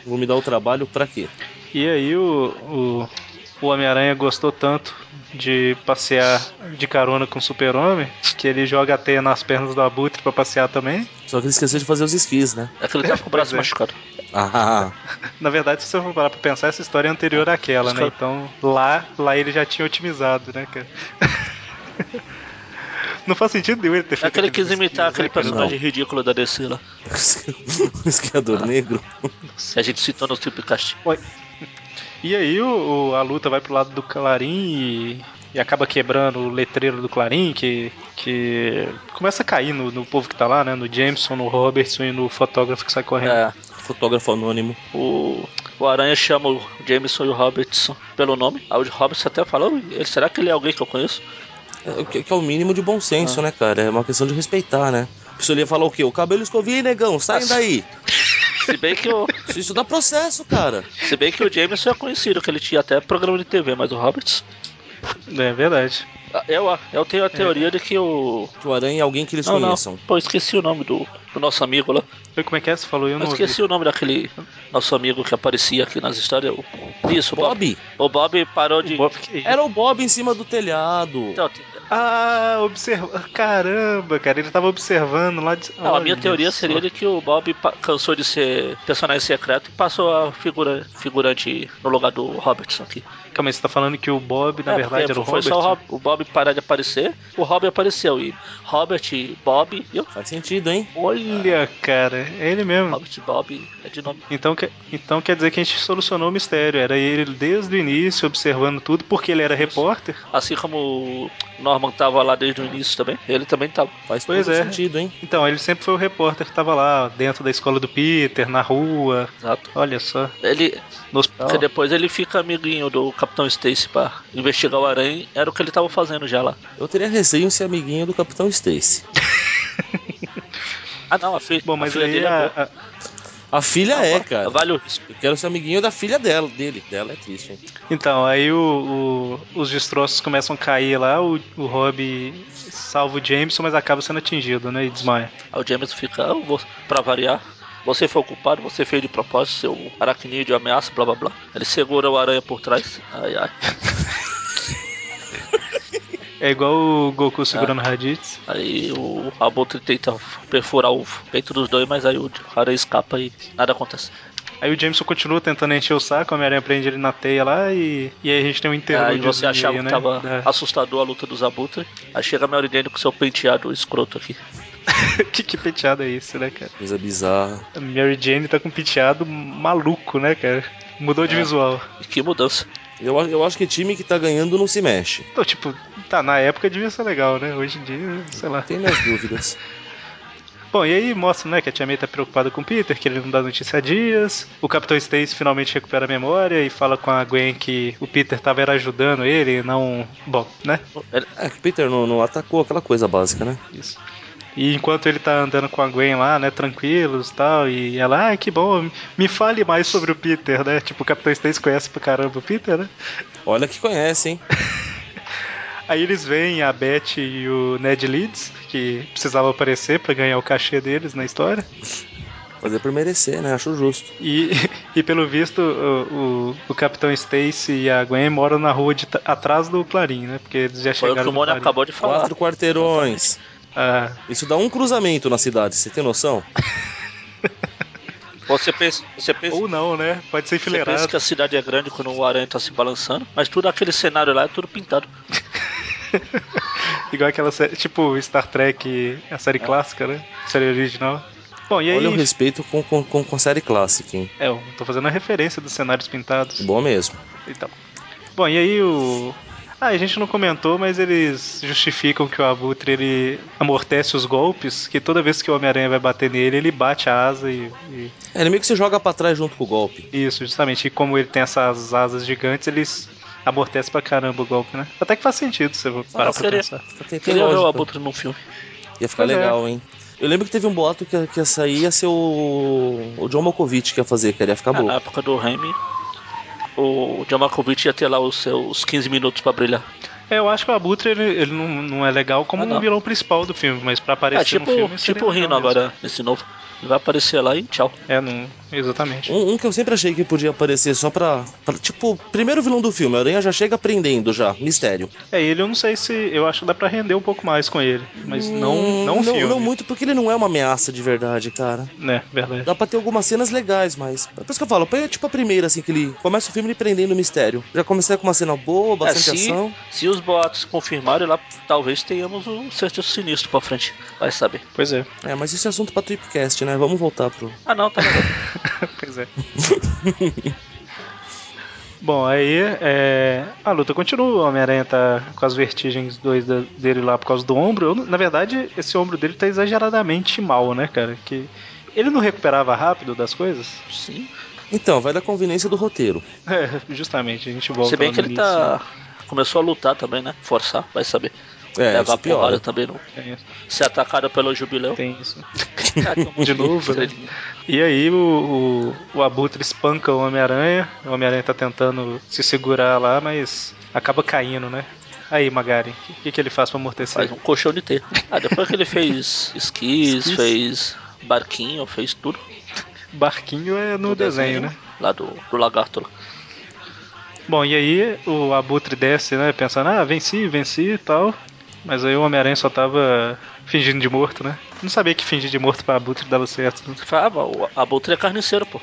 Speaker 5: Vou me dar o trabalho pra quê?
Speaker 3: E aí o, o, o Homem-Aranha gostou tanto de passear de carona com o Super-Homem que ele joga a teia nas pernas do Abutre pra passear também.
Speaker 5: Só que ele esqueceu de fazer os esquis, né?
Speaker 4: É que ele tava com o braço
Speaker 3: Pois é.
Speaker 4: machucado.
Speaker 5: Ah,
Speaker 3: Na verdade, se você for parar pra pensar, essa história é anterior àquela, né? Então lá, lá ele já tinha otimizado, né, cara? Não faz sentido nenhum ele ter feito
Speaker 4: É que ele
Speaker 3: aqueles
Speaker 4: quis
Speaker 3: esquilos, né,
Speaker 4: imitar aquele
Speaker 3: cara?
Speaker 4: personagem ridículo da DC lá.
Speaker 5: o esquiador negro.
Speaker 4: Que a gente citou no Tripcast.
Speaker 3: E aí o, o- a luta vai pro lado do Clarim e, e acaba quebrando o letreiro do Clarim, que, que começa a cair no, no povo que tá lá, né? No Jameson, no Robertson e no fotógrafo que sai correndo.
Speaker 4: É,
Speaker 5: Fotógrafo anônimo.
Speaker 4: o, o Aranha chama o Jameson e o Robertson pelo nome. Aí o Robertson até fala, "Ui, ele, será que ele é alguém que eu conheço?
Speaker 5: É, o que, que é o mínimo de bom
Speaker 4: Ah.
Speaker 5: senso, né, cara? É uma questão de respeitar, né? A pessoa ia falar o quê? O cabelo escovinha, hein, negão, saem
Speaker 4: Nossa.
Speaker 5: daí.
Speaker 4: Se bem que o,
Speaker 5: Isso- Isso dá processo, cara.
Speaker 4: se bem que o Jameson é conhecido, que ele tinha até programa de TV, mas o Robertson...
Speaker 3: É verdade.
Speaker 4: Ah, Eu, eu tenho a teoria
Speaker 3: É.
Speaker 4: de que o...
Speaker 5: Que o aranha é alguém que eles
Speaker 4: Não, não,
Speaker 5: conheçam.
Speaker 4: pô, esqueci o nome do, do nosso amigo lá.
Speaker 3: Foi como é que é? Você falou eu
Speaker 4: Eu
Speaker 3: não
Speaker 4: esqueci o nome daquele nosso amigo que aparecia aqui nas histórias. o- Isso, o Bob.
Speaker 5: Bob?
Speaker 4: O Bob parou de.
Speaker 3: ouvi. Pô, fiquei-
Speaker 5: Era o Bob em cima do telhado.
Speaker 4: Então, te-
Speaker 3: Ah, observa. Caramba, cara, ele tava observando lá de.
Speaker 4: não, a minha
Speaker 3: Olha
Speaker 4: teoria
Speaker 3: só.
Speaker 4: seria de que o Bob pa- cansou de ser personagem secreto e passou a figura, figurante no lugar do Robertson aqui.
Speaker 3: Calma aí, você tá falando que o Bob, na
Speaker 4: É,
Speaker 3: verdade,
Speaker 4: porque
Speaker 3: era o
Speaker 4: foi
Speaker 3: Robert?
Speaker 4: só o, Rob, o Bob parar de aparecer, o Rob apareceu. E Robert, Bob, e eu?
Speaker 5: Faz sentido, hein?
Speaker 3: Olha, cara, é ele mesmo.
Speaker 4: Robert, Bob, é de nome.
Speaker 3: Então, que- então quer dizer que a gente solucionou o mistério. Era ele desde o início observando tudo, porque ele era repórter.
Speaker 4: Assim como o Norman tava lá desde o início também, ele também tá tava.
Speaker 5: Faz
Speaker 3: Pois
Speaker 5: todo
Speaker 3: é.
Speaker 5: sentido, hein?
Speaker 3: Então, ele sempre foi o repórter que tava lá, dentro da escola do Peter, na rua.
Speaker 4: Exato.
Speaker 3: Olha só,
Speaker 4: Ele,
Speaker 3: no hospital.
Speaker 4: Porque depois ele fica amiguinho do Capitão Stacy pra investigar o Aranha. Era o que ele tava fazendo já lá.
Speaker 5: Eu teria receio em ser amiguinho do Capitão Stacy.
Speaker 4: Ah, não, a filha,
Speaker 3: Bom, mas
Speaker 4: a filha
Speaker 3: aí
Speaker 4: dele é boa.
Speaker 3: a, a-
Speaker 5: A filha
Speaker 3: Ah,
Speaker 5: é, cara.
Speaker 4: Vale o risco.
Speaker 5: Eu quero ser amiguinho da filha dela, dele. Dela é triste, hein?
Speaker 3: Então, aí o- o- os destroços começam a cair lá, o, o Rob salva o Jameson, mas acaba sendo atingido, né? E desmaia.
Speaker 4: Aí o Jameson fica, ah, eu vou- pra variar. Você foi o culpado, você fez de propósito, seu aracnídeo ameaça, blá blá blá. Ele segura o aranha por trás. Ai, ai.
Speaker 3: É igual o Goku
Speaker 4: Ah.
Speaker 3: segurando o Raditz.
Speaker 4: Aí o Abutre tenta perfurar o peito dos dois, mas aí o aranha escapa e nada acontece.
Speaker 3: Aí o Jameson continua tentando encher o saco, a Homem-Aranha prende ele na teia lá e, e aí a gente tem um interlúdio.
Speaker 4: Aí Ah, você achava
Speaker 3: meio,
Speaker 4: que tava
Speaker 3: né?
Speaker 4: assustador a luta dos abutres. Aí chega a Mary Jane com seu penteado escroto aqui.
Speaker 3: É. que, que penteado é esse, né, cara?
Speaker 5: Coisa bizarra.
Speaker 3: A Mary Jane tá com um penteado maluco, né, cara? Mudou de visual.
Speaker 4: E que mudança.
Speaker 5: Eu, a- eu acho que time que tá ganhando não se mexe.
Speaker 3: Então, tipo, tá, na época devia ser legal, né? Hoje em dia, sei lá.
Speaker 5: Tem minhas dúvidas.
Speaker 3: Bom, e aí mostra, né, que a Tia May tá preocupada com o Peter, que ele não dá notícia há dias. O Capitão Stacy finalmente recupera a memória e fala com a Gwen que o Peter tava era ajudando ele, e não... Bom, né?
Speaker 4: Ele-
Speaker 5: É que o Peter não, não atacou aquela coisa básica, né?
Speaker 3: Isso. E enquanto ele tá andando com a Gwen lá, né, tranquilos e tal, e ela, ah, que bom, me fale mais sobre o Peter, né? Tipo, o Capitão Stacy conhece pra caramba o Peter, né?
Speaker 5: Olha que conhece, hein?
Speaker 3: Aí eles veem a Beth e o Ned Leeds, que precisava aparecer pra ganhar o cachê deles na história.
Speaker 5: Fazer por merecer, né? Acho justo.
Speaker 3: E, e pelo visto, o, o, o Capitão Stacy e a Gwen moram na rua de tra- atrás do Clarim, né? Porque eles já
Speaker 4: Foi o
Speaker 3: chegaram
Speaker 4: que o
Speaker 3: no
Speaker 4: Mônio
Speaker 3: Clarim.
Speaker 4: acabou de falar.
Speaker 5: Quatro quarteirões.
Speaker 3: Ah,
Speaker 5: Isso dá um cruzamento na cidade, você tem noção?
Speaker 4: Você pensa, você pensa,
Speaker 3: ou não, né? Pode ser
Speaker 4: você
Speaker 3: enfileirado.
Speaker 4: pensa que a cidade é grande quando o aranha tá se balançando, mas tudo aquele cenário lá é tudo pintado.
Speaker 3: Igual aquela série, tipo Star Trek, a série
Speaker 4: É.
Speaker 3: clássica, né? Série original. Bom, e aí.
Speaker 5: Olha o respeito com, com, com, com a série clássica, hein?
Speaker 3: É, eu tô fazendo a referência dos cenários pintados
Speaker 5: Bom mesmo.
Speaker 3: e tal. Então. Bom, e aí o. Ah, a gente não comentou, mas eles justificam que o Abutre ele amortece os golpes, que toda vez que o Homem-Aranha vai bater nele, ele bate a asa e- e
Speaker 5: É, ele meio que se joga pra trás junto com o golpe.
Speaker 3: Isso, justamente. E como ele tem essas asas gigantes, eles amortece pra caramba o golpe, né? Até que faz sentido se você parar
Speaker 4: eu
Speaker 3: pra
Speaker 4: queria-
Speaker 3: pensar.
Speaker 5: Tem, tem
Speaker 4: Queria ver o
Speaker 5: lógica.
Speaker 4: Abutre num filme.
Speaker 5: Ia ficar
Speaker 3: Pois é.
Speaker 5: legal, hein? Eu lembro que teve um boato que, que essa aí ia ser o, o John Malkovich que ia fazer, cara. Ia ficar
Speaker 4: Ah, na
Speaker 5: bom.
Speaker 4: época do Raimi, o Djomakovic ia ter lá os seus 15 minutos pra brilhar.
Speaker 3: É, eu acho que o Abutre ele, ele não, não é legal como
Speaker 4: Ah, não.
Speaker 3: o vilão principal do filme, mas pra aparecer
Speaker 4: É tipo,
Speaker 3: no filme. seria
Speaker 4: tipo o
Speaker 3: legal
Speaker 4: Rino
Speaker 3: mesmo.
Speaker 4: agora, nesse novo. Ele vai aparecer lá e tchau.
Speaker 3: É, não, exatamente.
Speaker 5: Um, um que eu sempre achei que podia aparecer só pra, pra- Tipo, primeiro vilão do filme, a aranha já chega prendendo já. Mistério.
Speaker 3: É, ele eu não sei se. Eu acho que dá pra render um pouco mais com ele. Mas não,
Speaker 5: Hum,
Speaker 3: não o filme.
Speaker 5: Não muito, porque ele não é uma ameaça de verdade, cara.
Speaker 3: Né, verdade.
Speaker 5: Dá pra ter algumas cenas legais, mas. É por isso que eu falo, põe tipo a primeira, assim, que ele começa o filme ele prendendo o mistério. Já comecei com uma cena boa,
Speaker 4: É,
Speaker 5: bastante
Speaker 4: se,
Speaker 5: ação.
Speaker 4: se os boatos confirmarem lá, talvez tenhamos um certo sinistro pra frente. Vai saber.
Speaker 3: Pois é.
Speaker 5: É, mas isso é assunto pra tripcast, né? Vamos voltar pro.
Speaker 4: Ah não, tá legal.
Speaker 3: pois é. Bom, aí é, a luta continua, o Homem-Aranha tá com as vertigens dois da- dele lá por causa do ombro. Eu não- na verdade, esse ombro dele tá exageradamente mal, né, cara? Que ele não recuperava rápido das coisas?
Speaker 4: Sim.
Speaker 5: Então, vai da conveniência do roteiro.
Speaker 3: É, justamente, a gente volta
Speaker 4: Se bem
Speaker 3: lá
Speaker 4: que
Speaker 3: no
Speaker 4: ele
Speaker 3: início, né?
Speaker 4: tá. Começou a lutar também, né? Forçar, vai saber.
Speaker 5: É,
Speaker 4: Levar
Speaker 5: isso
Speaker 4: porrada
Speaker 5: piora.
Speaker 4: também não.
Speaker 3: né?
Speaker 4: Ser atacado pelo jubileu.
Speaker 3: Tem isso.
Speaker 4: Ah, tem um
Speaker 3: De novo, né? E aí o, o, o Abutre espanca o Homem-Aranha. O Homem-Aranha tá tentando se segurar lá, mas acaba caindo, né? Aí, Magari, o que, que ele faz pra amortecer?
Speaker 4: Faz um colchão de teia. Ah, depois que ele fez esquis,
Speaker 3: Esquis.
Speaker 4: fez barquinho, fez tudo. um
Speaker 3: Barquinho é no, desenho, né?
Speaker 4: Lá do, do lagarto lá.
Speaker 3: Bom, e aí o Abutre desce, né? Pensando, ah, venci, venci e tal. Mas aí o Homem-Aranha só tava fingindo de morto, né? Não sabia que fingir de morto pra Abutre dava certo. né?
Speaker 4: Fala, ah, mas o abutre é carniceiro, pô.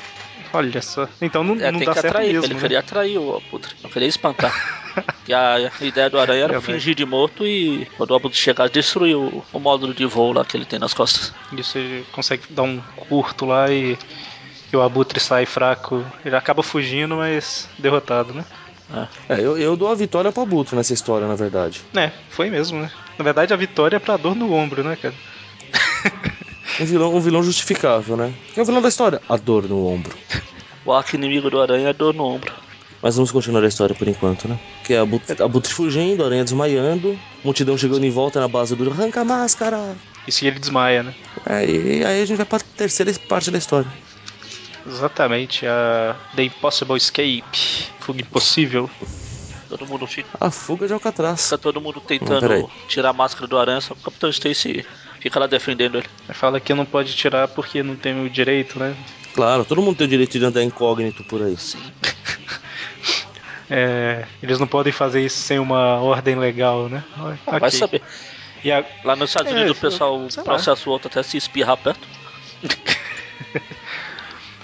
Speaker 3: Olha só. Então não,
Speaker 4: É,
Speaker 3: não
Speaker 4: tem
Speaker 3: dá
Speaker 4: que
Speaker 3: certo
Speaker 4: atrair,
Speaker 3: mesmo,
Speaker 4: ele
Speaker 3: né?
Speaker 4: queria atrair o abutre, não queria espancar. que a ideia do aranha era
Speaker 3: Realmente.
Speaker 4: fingir de morto e quando o abutre chegar, destruir o, o módulo de voo lá que ele tem nas costas.
Speaker 3: Isso ele consegue dar um curto lá e, e o Abutre sai fraco. Ele acaba fugindo, mas derrotado, né?
Speaker 5: É, eu, eu dou a vitória pra Buto nessa história, na verdade.
Speaker 3: É, foi mesmo, né? Na verdade, a vitória é pra dor no ombro, né, cara?
Speaker 5: Um vilão, um vilão justificável, né? Que é o vilão da história? A dor no ombro.
Speaker 4: O arco inimigo do aranha é dor no ombro.
Speaker 5: Mas vamos continuar a história por enquanto, né? Que é a Butre, a Butre fugindo, a aranha desmaiando, multidão chegando em volta na base do arranca a máscara.
Speaker 3: E se ele desmaia, né?
Speaker 5: Aí, aí a gente vai pra terceira parte da história.
Speaker 3: Exatamente, a The Impossible Escape. Fuga impossível.
Speaker 4: Todo mundo fica,
Speaker 5: A fuga de Alcatraz.
Speaker 4: fica todo mundo
Speaker 5: Não,
Speaker 4: tentando
Speaker 5: peraí.
Speaker 4: tirar a máscara do aranha, só que o Capitão Stacy fica lá defendendo ele.
Speaker 3: Fala que não pode tirar porque não tem o direito, né?
Speaker 5: Claro, todo mundo tem o direito de andar incógnito por aí.
Speaker 4: Sim.
Speaker 3: É, eles não podem fazer isso sem uma ordem legal, né? Ok.
Speaker 4: Ah, Vai saber.
Speaker 3: E a-
Speaker 4: Lá nos Estados
Speaker 3: É,
Speaker 4: Unidos o
Speaker 3: isso-
Speaker 4: pessoal
Speaker 3: sei lá.
Speaker 4: processa o outro até se espirrar perto.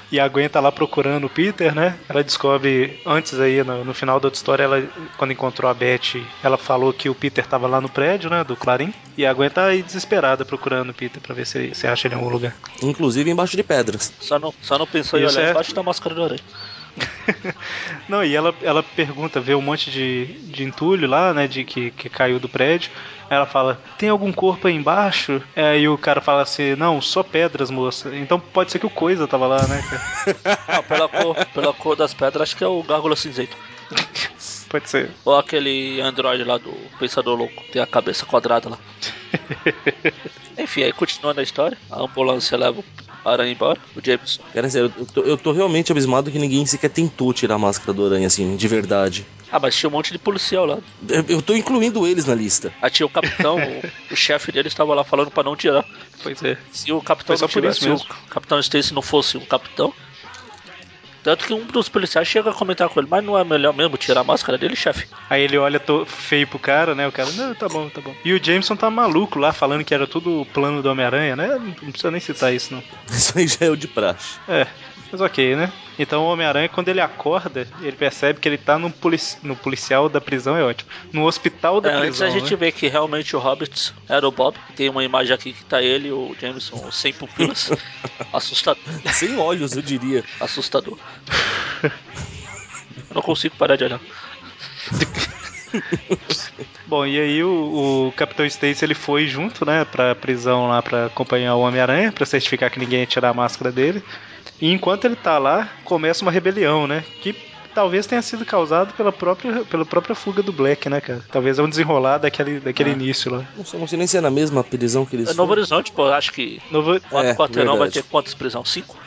Speaker 3: e a Gwen tá lá procurando o Peter, né? Ela descobre antes aí, no, no final da outra história, ela, quando encontrou a Beth, ela falou que o Peter tava lá no prédio, né? Do Clarim. E a Gwen tá aí desesperada procurando o Peter pra ver se, se acha ele em algum lugar.
Speaker 5: Inclusive embaixo de pedras.
Speaker 4: Só não, só não pensou em
Speaker 3: Isso
Speaker 4: olhar
Speaker 3: é-
Speaker 4: embaixo da máscara do aranha.
Speaker 3: Não, e ela, ela pergunta, vê um monte de, de entulho lá, né? De que, que caiu do prédio. Ela fala, tem algum corpo aí embaixo? É, e o cara fala assim, não, só pedras, moça. Então pode ser que o coisa tava lá, né, cara?
Speaker 4: Não, Ah, pela cor, pela cor das pedras, acho que é o gárgula cinzento.
Speaker 3: Pode ser.
Speaker 4: Ou aquele androide lá do Pensador Louco, tem a cabeça quadrada lá. Enfim, aí continuando a história, a ambulância leva o aranha embora, o Jameson.
Speaker 5: Cara, sério, eu tô, eu tô realmente abismado que ninguém sequer tentou tirar a máscara do aranha, assim, de verdade.
Speaker 4: Ah, mas tinha um monte de policial lá.
Speaker 5: Eu, eu tô incluindo eles na lista.
Speaker 4: Aí tinha o capitão, o, o chefe dele estava lá falando pra não tirar.
Speaker 3: Pois é.
Speaker 4: Se o capitão
Speaker 3: Foi só
Speaker 4: não
Speaker 3: por
Speaker 4: tivesse,
Speaker 3: isso
Speaker 4: se
Speaker 3: mesmo.
Speaker 4: o capitão Stacy não fosse um capitão. Tanto que um dos policiais chega a comentar com ele, mas não é melhor mesmo tirar a máscara dele, chefe?
Speaker 3: Aí ele olha to- feio pro cara, né? O cara, não, tá bom, tá bom. E o Jameson tá maluco lá, falando que era tudo o plano do Homem-Aranha, né? Não precisa nem citar isso, não.
Speaker 5: Isso aí já é o de praxe.
Speaker 3: É, mas ok, né? Então o Homem-Aranha, quando ele acorda, ele percebe que ele tá no, polici- no policial da prisão, é ótimo. No hospital da
Speaker 4: É, antes
Speaker 3: prisão.
Speaker 4: a gente
Speaker 3: né?
Speaker 4: vê que realmente o Hobbit era o Bob. Tem uma imagem aqui que tá ele e o Jameson sem pupilas. assustador.
Speaker 5: Sem olhos, eu diria.
Speaker 4: assustador. Eu não consigo parar de olhar.
Speaker 3: Bom, e aí o, o Capitão Stacy ele foi junto, né, pra prisão lá pra acompanhar o Homem-Aranha, pra certificar que ninguém ia tirar a máscara dele. E enquanto ele tá lá, começa uma rebelião, né? Que talvez tenha sido causado pela própria, pela própria fuga do Black, né, cara? Talvez é um desenrolar daquele, daquele início lá.
Speaker 5: Não sei, não sei nem se é na mesma prisão que eles.
Speaker 4: É Novo
Speaker 5: foram.
Speaker 4: Horizonte, pô, acho que
Speaker 3: Novo...
Speaker 4: quatro
Speaker 5: É,
Speaker 4: quarteirão vai
Speaker 5: verdade.
Speaker 4: ter quantas prisão? Cinco?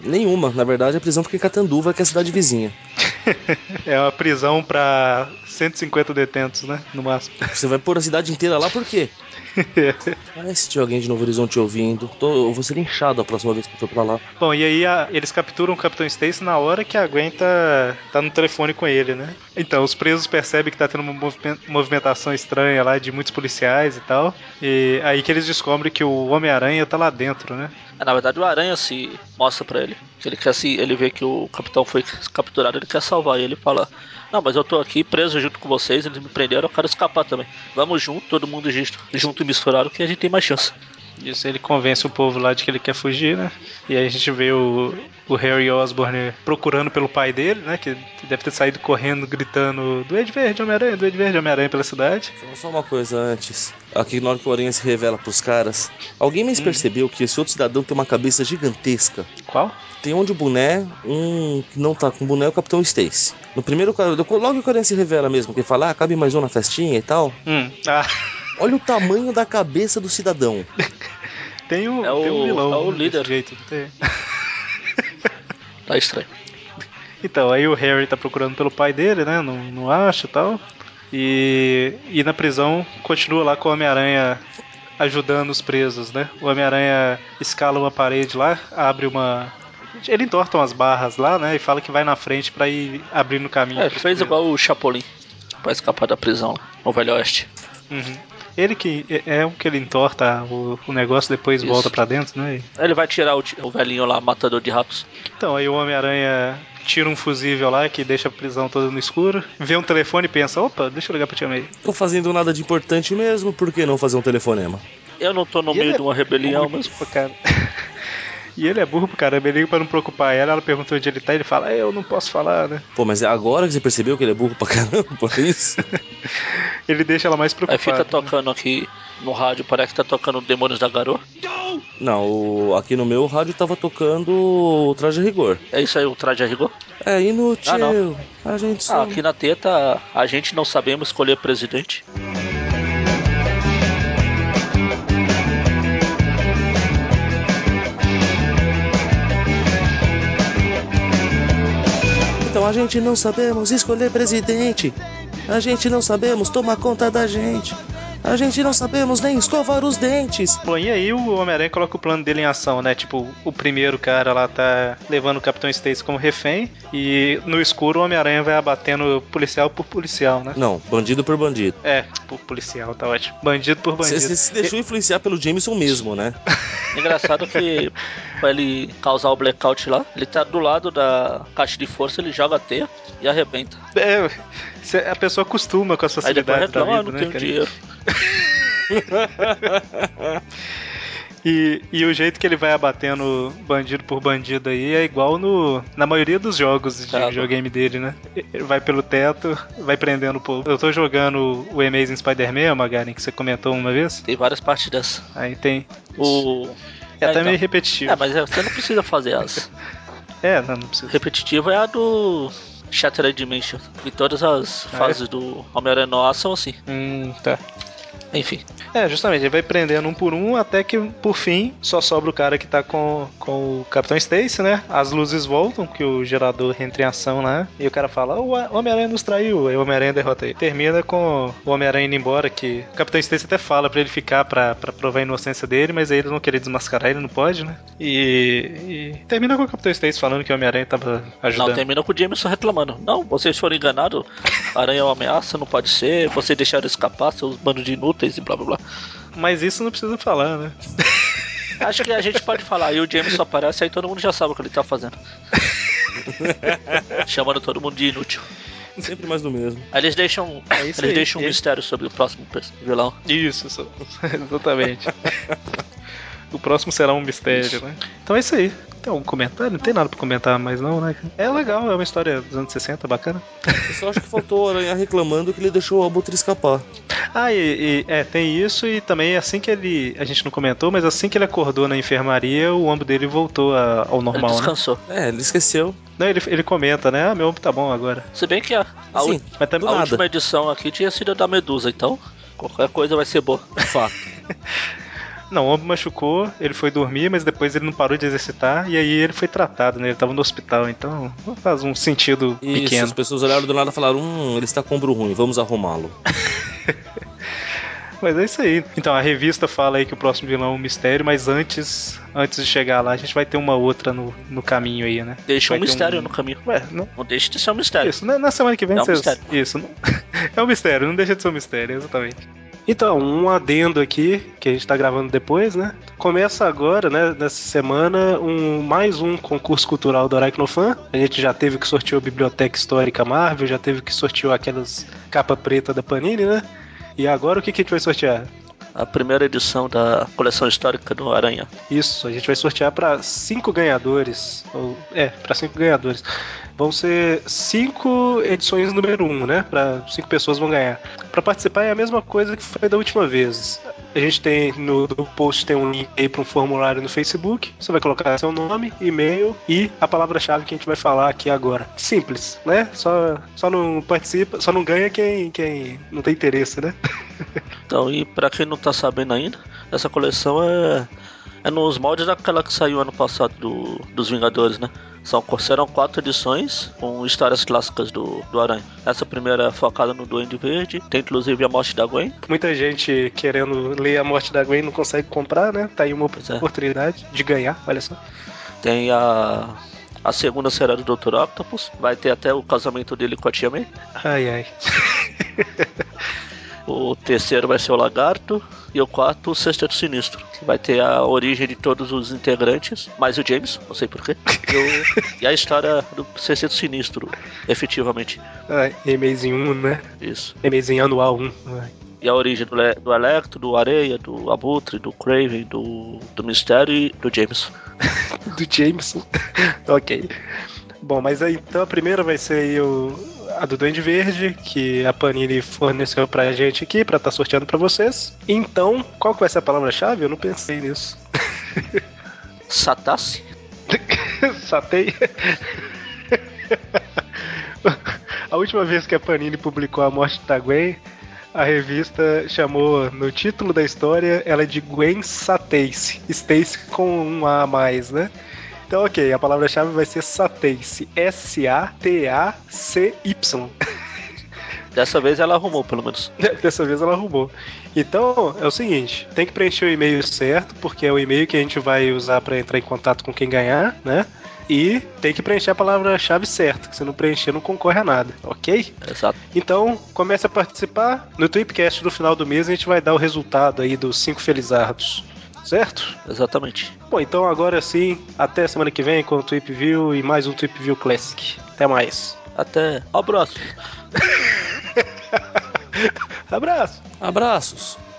Speaker 5: Nenhuma, na verdade a prisão fica em Catanduva, que é a cidade vizinha.
Speaker 3: É uma prisão pra 150 detentos, né? No máximo.
Speaker 5: Você vai pôr a cidade inteira lá por quê? Ah, se tiver alguém de Novo Horizonte ouvindo, tô, eu vou ser linchado a próxima vez que eu for pra lá.
Speaker 3: Bom, e aí a- eles capturam o Capitão Stacy na hora que a Gwen tá, tá no telefone com ele, né? Então, os presos percebem que tá tendo uma movimen- movimentação estranha lá de muitos policiais e tal. E aí que eles descobrem que o Homem-Aranha tá lá dentro, né?
Speaker 4: É, Na verdade, o Aranha se mostra pra ele. Que ele quer se. Ele vê que o capitão foi capturado, ele quer salvar. E ele fala: Não, mas eu tô aqui preso junto com vocês, eles me prenderam, eu quero escapar também. Vamos junto, todo mundo junto, junto e misturado, que a gente tem mais chance.
Speaker 3: Isso, ele convence o povo lá de que ele quer fugir, né? E aí a gente vê o, o Harry Osborn procurando pelo pai dele, né? Que deve ter saído correndo, gritando: Duende Verde, Homem-Aranha, Duende Verde, Homem-Aranha pela cidade.
Speaker 5: Então, Só uma coisa antes. Aqui na hora que o Aranha se revela pros caras, alguém mais percebeu que esse outro cidadão tem uma cabeça gigantesca?
Speaker 3: Qual?
Speaker 5: Tem onde o boné, um que não tá com o boné é o Capitão Stacy. No primeiro, cara- logo que o Aranha se revela mesmo, que ele fala, ah, cabe mais um na festinha e tal.
Speaker 3: Hum, ah,
Speaker 5: Olha o tamanho da cabeça do cidadão.
Speaker 3: tem um,
Speaker 4: É o-
Speaker 3: tem um vilão.
Speaker 4: é o
Speaker 3: desse
Speaker 4: líder.
Speaker 3: Jeito, não tem?
Speaker 4: Tá estranho.
Speaker 3: Então, aí o Harry tá procurando pelo pai dele, né? Não, não acha e tal. E, e na prisão continua lá com o Homem-Aranha ajudando os presos, né? O Homem-Aranha escala uma parede lá, abre uma. Ele entorta umas barras lá, né? E fala que vai na frente pra ir abrindo o caminho.
Speaker 4: É,
Speaker 3: pros
Speaker 4: fez
Speaker 3: presos.
Speaker 4: igual o Chapolin pra escapar da prisão lá, no Velho Oeste.
Speaker 3: Uhum. Ele que. É é um que ele entorta o, o negócio depois
Speaker 4: Isso.
Speaker 3: volta pra dentro, né? E-
Speaker 4: Ele vai tirar o, ti- o velhinho lá, matador de ratos.
Speaker 3: Então, aí o Homem-Aranha tira um fusível lá que deixa a prisão toda no escuro, vê um telefone e pensa: opa, deixa eu ligar pra Tia May.
Speaker 5: Tô fazendo nada de importante mesmo, por que não fazer um telefonema?
Speaker 4: Eu não tô no
Speaker 3: E
Speaker 4: meio
Speaker 3: ele é
Speaker 4: de uma rebelião,
Speaker 3: burro
Speaker 4: mas
Speaker 3: pra cara. E ele é burro pro caramba, ele liga pra não preocupar ela, ela pergunta onde ele tá, ele fala, "É, eu não posso falar, né?
Speaker 5: Pô, mas é agora que você percebeu que ele é burro pra caramba, é isso?
Speaker 3: Ele deixa ela mais
Speaker 4: aí
Speaker 3: preocupada.
Speaker 4: fica tocando aqui no rádio, parece que tá tocando Demônios da Garoa.
Speaker 5: Não, o- aqui no meu rádio tava tocando o traje a rigor.
Speaker 4: É isso aí, o traje a rigor?
Speaker 5: É inútil.
Speaker 4: Ah, não.
Speaker 5: A gente
Speaker 4: Ah,
Speaker 5: só...
Speaker 4: aqui na teta a gente não sabemos escolher presidente.
Speaker 5: Então a gente não sabemos escolher presidente. A gente não sabemos tomar conta da gente. A gente não sabemos nem escovar os dentes.
Speaker 3: Bom, e aí o Homem-Aranha coloca o plano dele em ação, né? Tipo, o primeiro cara lá tá levando o Capitão Stacy como refém e no escuro o Homem-Aranha vai abatendo policial por policial, né?
Speaker 5: Não, bandido por bandido.
Speaker 3: É, por policial, tá ótimo. Bandido por
Speaker 5: Você
Speaker 3: bandido.
Speaker 5: você se deixou influenciar pelo Jameson mesmo, né?
Speaker 4: Engraçado que pra ele causar o blackout lá, ele tá do lado da caixa de força, ele joga a teia e arrebenta.
Speaker 3: É, cê- a pessoa acostuma com as
Speaker 4: Aí depois
Speaker 3: facilidades da
Speaker 4: reclama, ah,
Speaker 3: vida,
Speaker 4: não
Speaker 3: né,
Speaker 4: tenho
Speaker 3: cara?
Speaker 4: dinheiro.
Speaker 3: E, e o jeito que ele vai abatendo bandido por bandido aí é igual no na maioria dos jogos de
Speaker 4: Tá.
Speaker 3: videogame dele, né? Ele vai pelo teto, vai prendendo o povo. Eu tô jogando o Amazing Spider-Man, Magaren, que você comentou uma vez.
Speaker 4: Tem várias partes dessa.
Speaker 3: Aí tem.
Speaker 4: O...
Speaker 3: É até
Speaker 4: então.
Speaker 3: meio repetitivo.
Speaker 4: É, mas é- você não precisa fazer as.
Speaker 3: É, não, não precisa.
Speaker 4: Repetitiva é a do Shattered Dimension. E todas as
Speaker 3: Ah, é?
Speaker 4: fases do Homem-Aranha Noir são assim.
Speaker 3: Hum, tá.
Speaker 4: Enfim.
Speaker 3: É, justamente, ele vai prendendo um por um até que, por fim, só sobra o cara que tá com, com o Capitão Stacy, né? As luzes voltam, que o gerador entra em ação lá, e o cara fala, o A- Homem-Aranha nos traiu, aí o Homem-Aranha derrota ele. Termina com o Homem-Aranha indo embora, que o Capitão Stacy até fala pra ele ficar pra, pra provar a inocência dele, mas aí ele não queria desmascarar, ele não pode, né? E, e termina com o Capitão Stacy falando que o Homem-Aranha tava ajudando.
Speaker 4: Não, termina com o Jameson reclamando. Não, vocês foram enganados. Aranha é uma ameaça, não pode ser. Vocês deixaram escapar, seus bandos de inúteis e blá blá blá.
Speaker 3: Mas isso não precisa falar, né?
Speaker 4: Acho que a gente pode falar. E o Jameson aparece, aí todo mundo já sabe o que ele tá fazendo. Chamando todo mundo de inútil.
Speaker 5: Sempre mais do mesmo.
Speaker 4: Aí eles deixam,
Speaker 3: É isso
Speaker 4: eles
Speaker 3: aí.
Speaker 4: deixam um
Speaker 3: Ele-
Speaker 4: mistério sobre o próximo pers- vilão.
Speaker 3: Isso, só- exatamente. o próximo será um mistério, né? Então é isso aí. Tem algum comentário? Não tem nada pra comentar mais não, né? É legal, é uma história dos anos 60, bacana.
Speaker 5: Eu só acho que faltou o Aranha reclamando que ele deixou o Abutre escapar.
Speaker 3: Ah, e, e- é, tem isso e também assim que ele... A gente não comentou, mas assim que ele acordou na enfermaria, o ombro dele voltou a- ao
Speaker 4: Ele
Speaker 3: normal, né?
Speaker 4: descansou.
Speaker 5: É, ele esqueceu.
Speaker 3: Não, ele, ele comenta, né? Ah, meu ombro tá bom agora.
Speaker 4: Se bem que a, a,
Speaker 5: Assim,
Speaker 4: ul-
Speaker 3: Mas também...
Speaker 5: Do
Speaker 4: a
Speaker 5: nada.
Speaker 4: última edição aqui tinha sido a da Medusa, então qualquer coisa vai ser boa.
Speaker 5: fato.
Speaker 3: Não, o ombro machucou, ele foi dormir, mas depois ele não parou de exercitar e aí ele foi tratado, né? Ele tava no hospital, então faz um sentido
Speaker 5: Isso,
Speaker 3: pequeno.
Speaker 5: as pessoas olharam do nada e falaram: Hum, ele está com ombro ruim, vamos arrumá-lo.
Speaker 3: Mas é isso aí. Então a revista fala aí que o próximo vilão é um mistério, mas antes, antes de chegar lá, a gente vai ter uma outra no, no caminho aí, né?
Speaker 4: Deixa
Speaker 3: Vai
Speaker 4: um
Speaker 3: ter
Speaker 4: mistério no caminho.
Speaker 3: Ué, não.
Speaker 4: Não deixa de ser um mistério.
Speaker 3: Isso, né? na, na semana que vem
Speaker 4: É um
Speaker 3: vocês.
Speaker 4: mistério.
Speaker 3: Isso. não- é um mistério, não deixa de ser um mistério, exatamente. Então, um adendo aqui, que a gente tá gravando depois, né? Começa agora, né, nessa semana, um, mais um concurso cultural do Aracnofan. A gente já teve que sorteou a Biblioteca Histórica Marvel, já teve que sorteou aquelas capa preta da Panini, né? E agora o que, que a gente vai sortear?
Speaker 4: A primeira edição da coleção histórica do Aranha.
Speaker 3: Isso, a gente vai sortear para cinco ganhadores. Ou, é, para cinco ganhadores. Vão ser cinco edições número um, né? Para cinco pessoas vão ganhar. Para participar é a mesma coisa que foi da última vez. A gente tem no do post tem um link aí para um formulário no Facebook. Você vai colocar seu nome, e-mail e a palavra-chave que a gente vai falar aqui agora. Simples, né? Só, só não participa, só não ganha quem quem não tem interesse, né?
Speaker 4: Então, e pra quem não tá sabendo ainda, essa coleção é, é nos moldes daquela que saiu ano passado do, dos Vingadores, né? São, serão quatro edições com histórias clássicas do, do Aranha. Essa primeira é focada no Duende Verde, tem inclusive a morte da Gwen.
Speaker 3: Muita gente querendo ler A Morte da Gwen não consegue comprar, né? Tá aí uma
Speaker 4: Pois é.
Speaker 3: oportunidade de ganhar, olha só.
Speaker 4: Tem a. A segunda será do Dr. Octopus. Vai ter até o casamento dele com a Tia May.
Speaker 3: Ai, ai.
Speaker 4: O terceiro vai ser o Lagarto. E o quarto, o Sexteto Sinistro. Que vai ter a origem de todos os integrantes. Mais o James, não sei porquê. E, o- e a história do Sexteto Sinistro, efetivamente.
Speaker 3: ai Amazing 1, né?
Speaker 4: Isso.
Speaker 3: Amazing Anual 1. Ai.
Speaker 4: E a origem do, Le- do Electro, do Areia, do Abutre, do Craven, do, do Mistério e do James.
Speaker 3: Do Jameson. ok. Bom, mas aí, então a primeira vai ser aí o, a do Duende Verde, que a Panini forneceu pra gente aqui, pra estar sorteando pra vocês. Então, qual que vai ser a palavra-chave? Eu não pensei nisso.
Speaker 4: Satassi?
Speaker 3: Satei. a última vez que a Panini publicou A Morte da Gwen, a revista chamou no título da história ela de Gwen Stacy. Stacy com um A a mais, né? Então, ok, a palavra-chave vai ser Satace. S-A-T-A-C-Y.
Speaker 4: Dessa vez ela arrumou, pelo menos.
Speaker 3: Dessa vez ela arrumou. Então, é o seguinte, tem que preencher o e-mail certo, porque é o e-mail que a gente vai usar para entrar em contato com quem ganhar, né? E tem que preencher a palavra-chave certa, que se não preencher não concorre a nada, ok?
Speaker 4: Exato.
Speaker 3: Então, comece a participar. No Tweepcast do final do mês a gente vai dar o resultado aí dos cinco felizardos, certo?
Speaker 4: Exatamente.
Speaker 3: Bom, então agora sim, até semana que vem com o Tweep View e mais um Tweep View Classic. Até mais.
Speaker 4: Até. Ao próximo.
Speaker 3: Abraço!
Speaker 5: Abraços.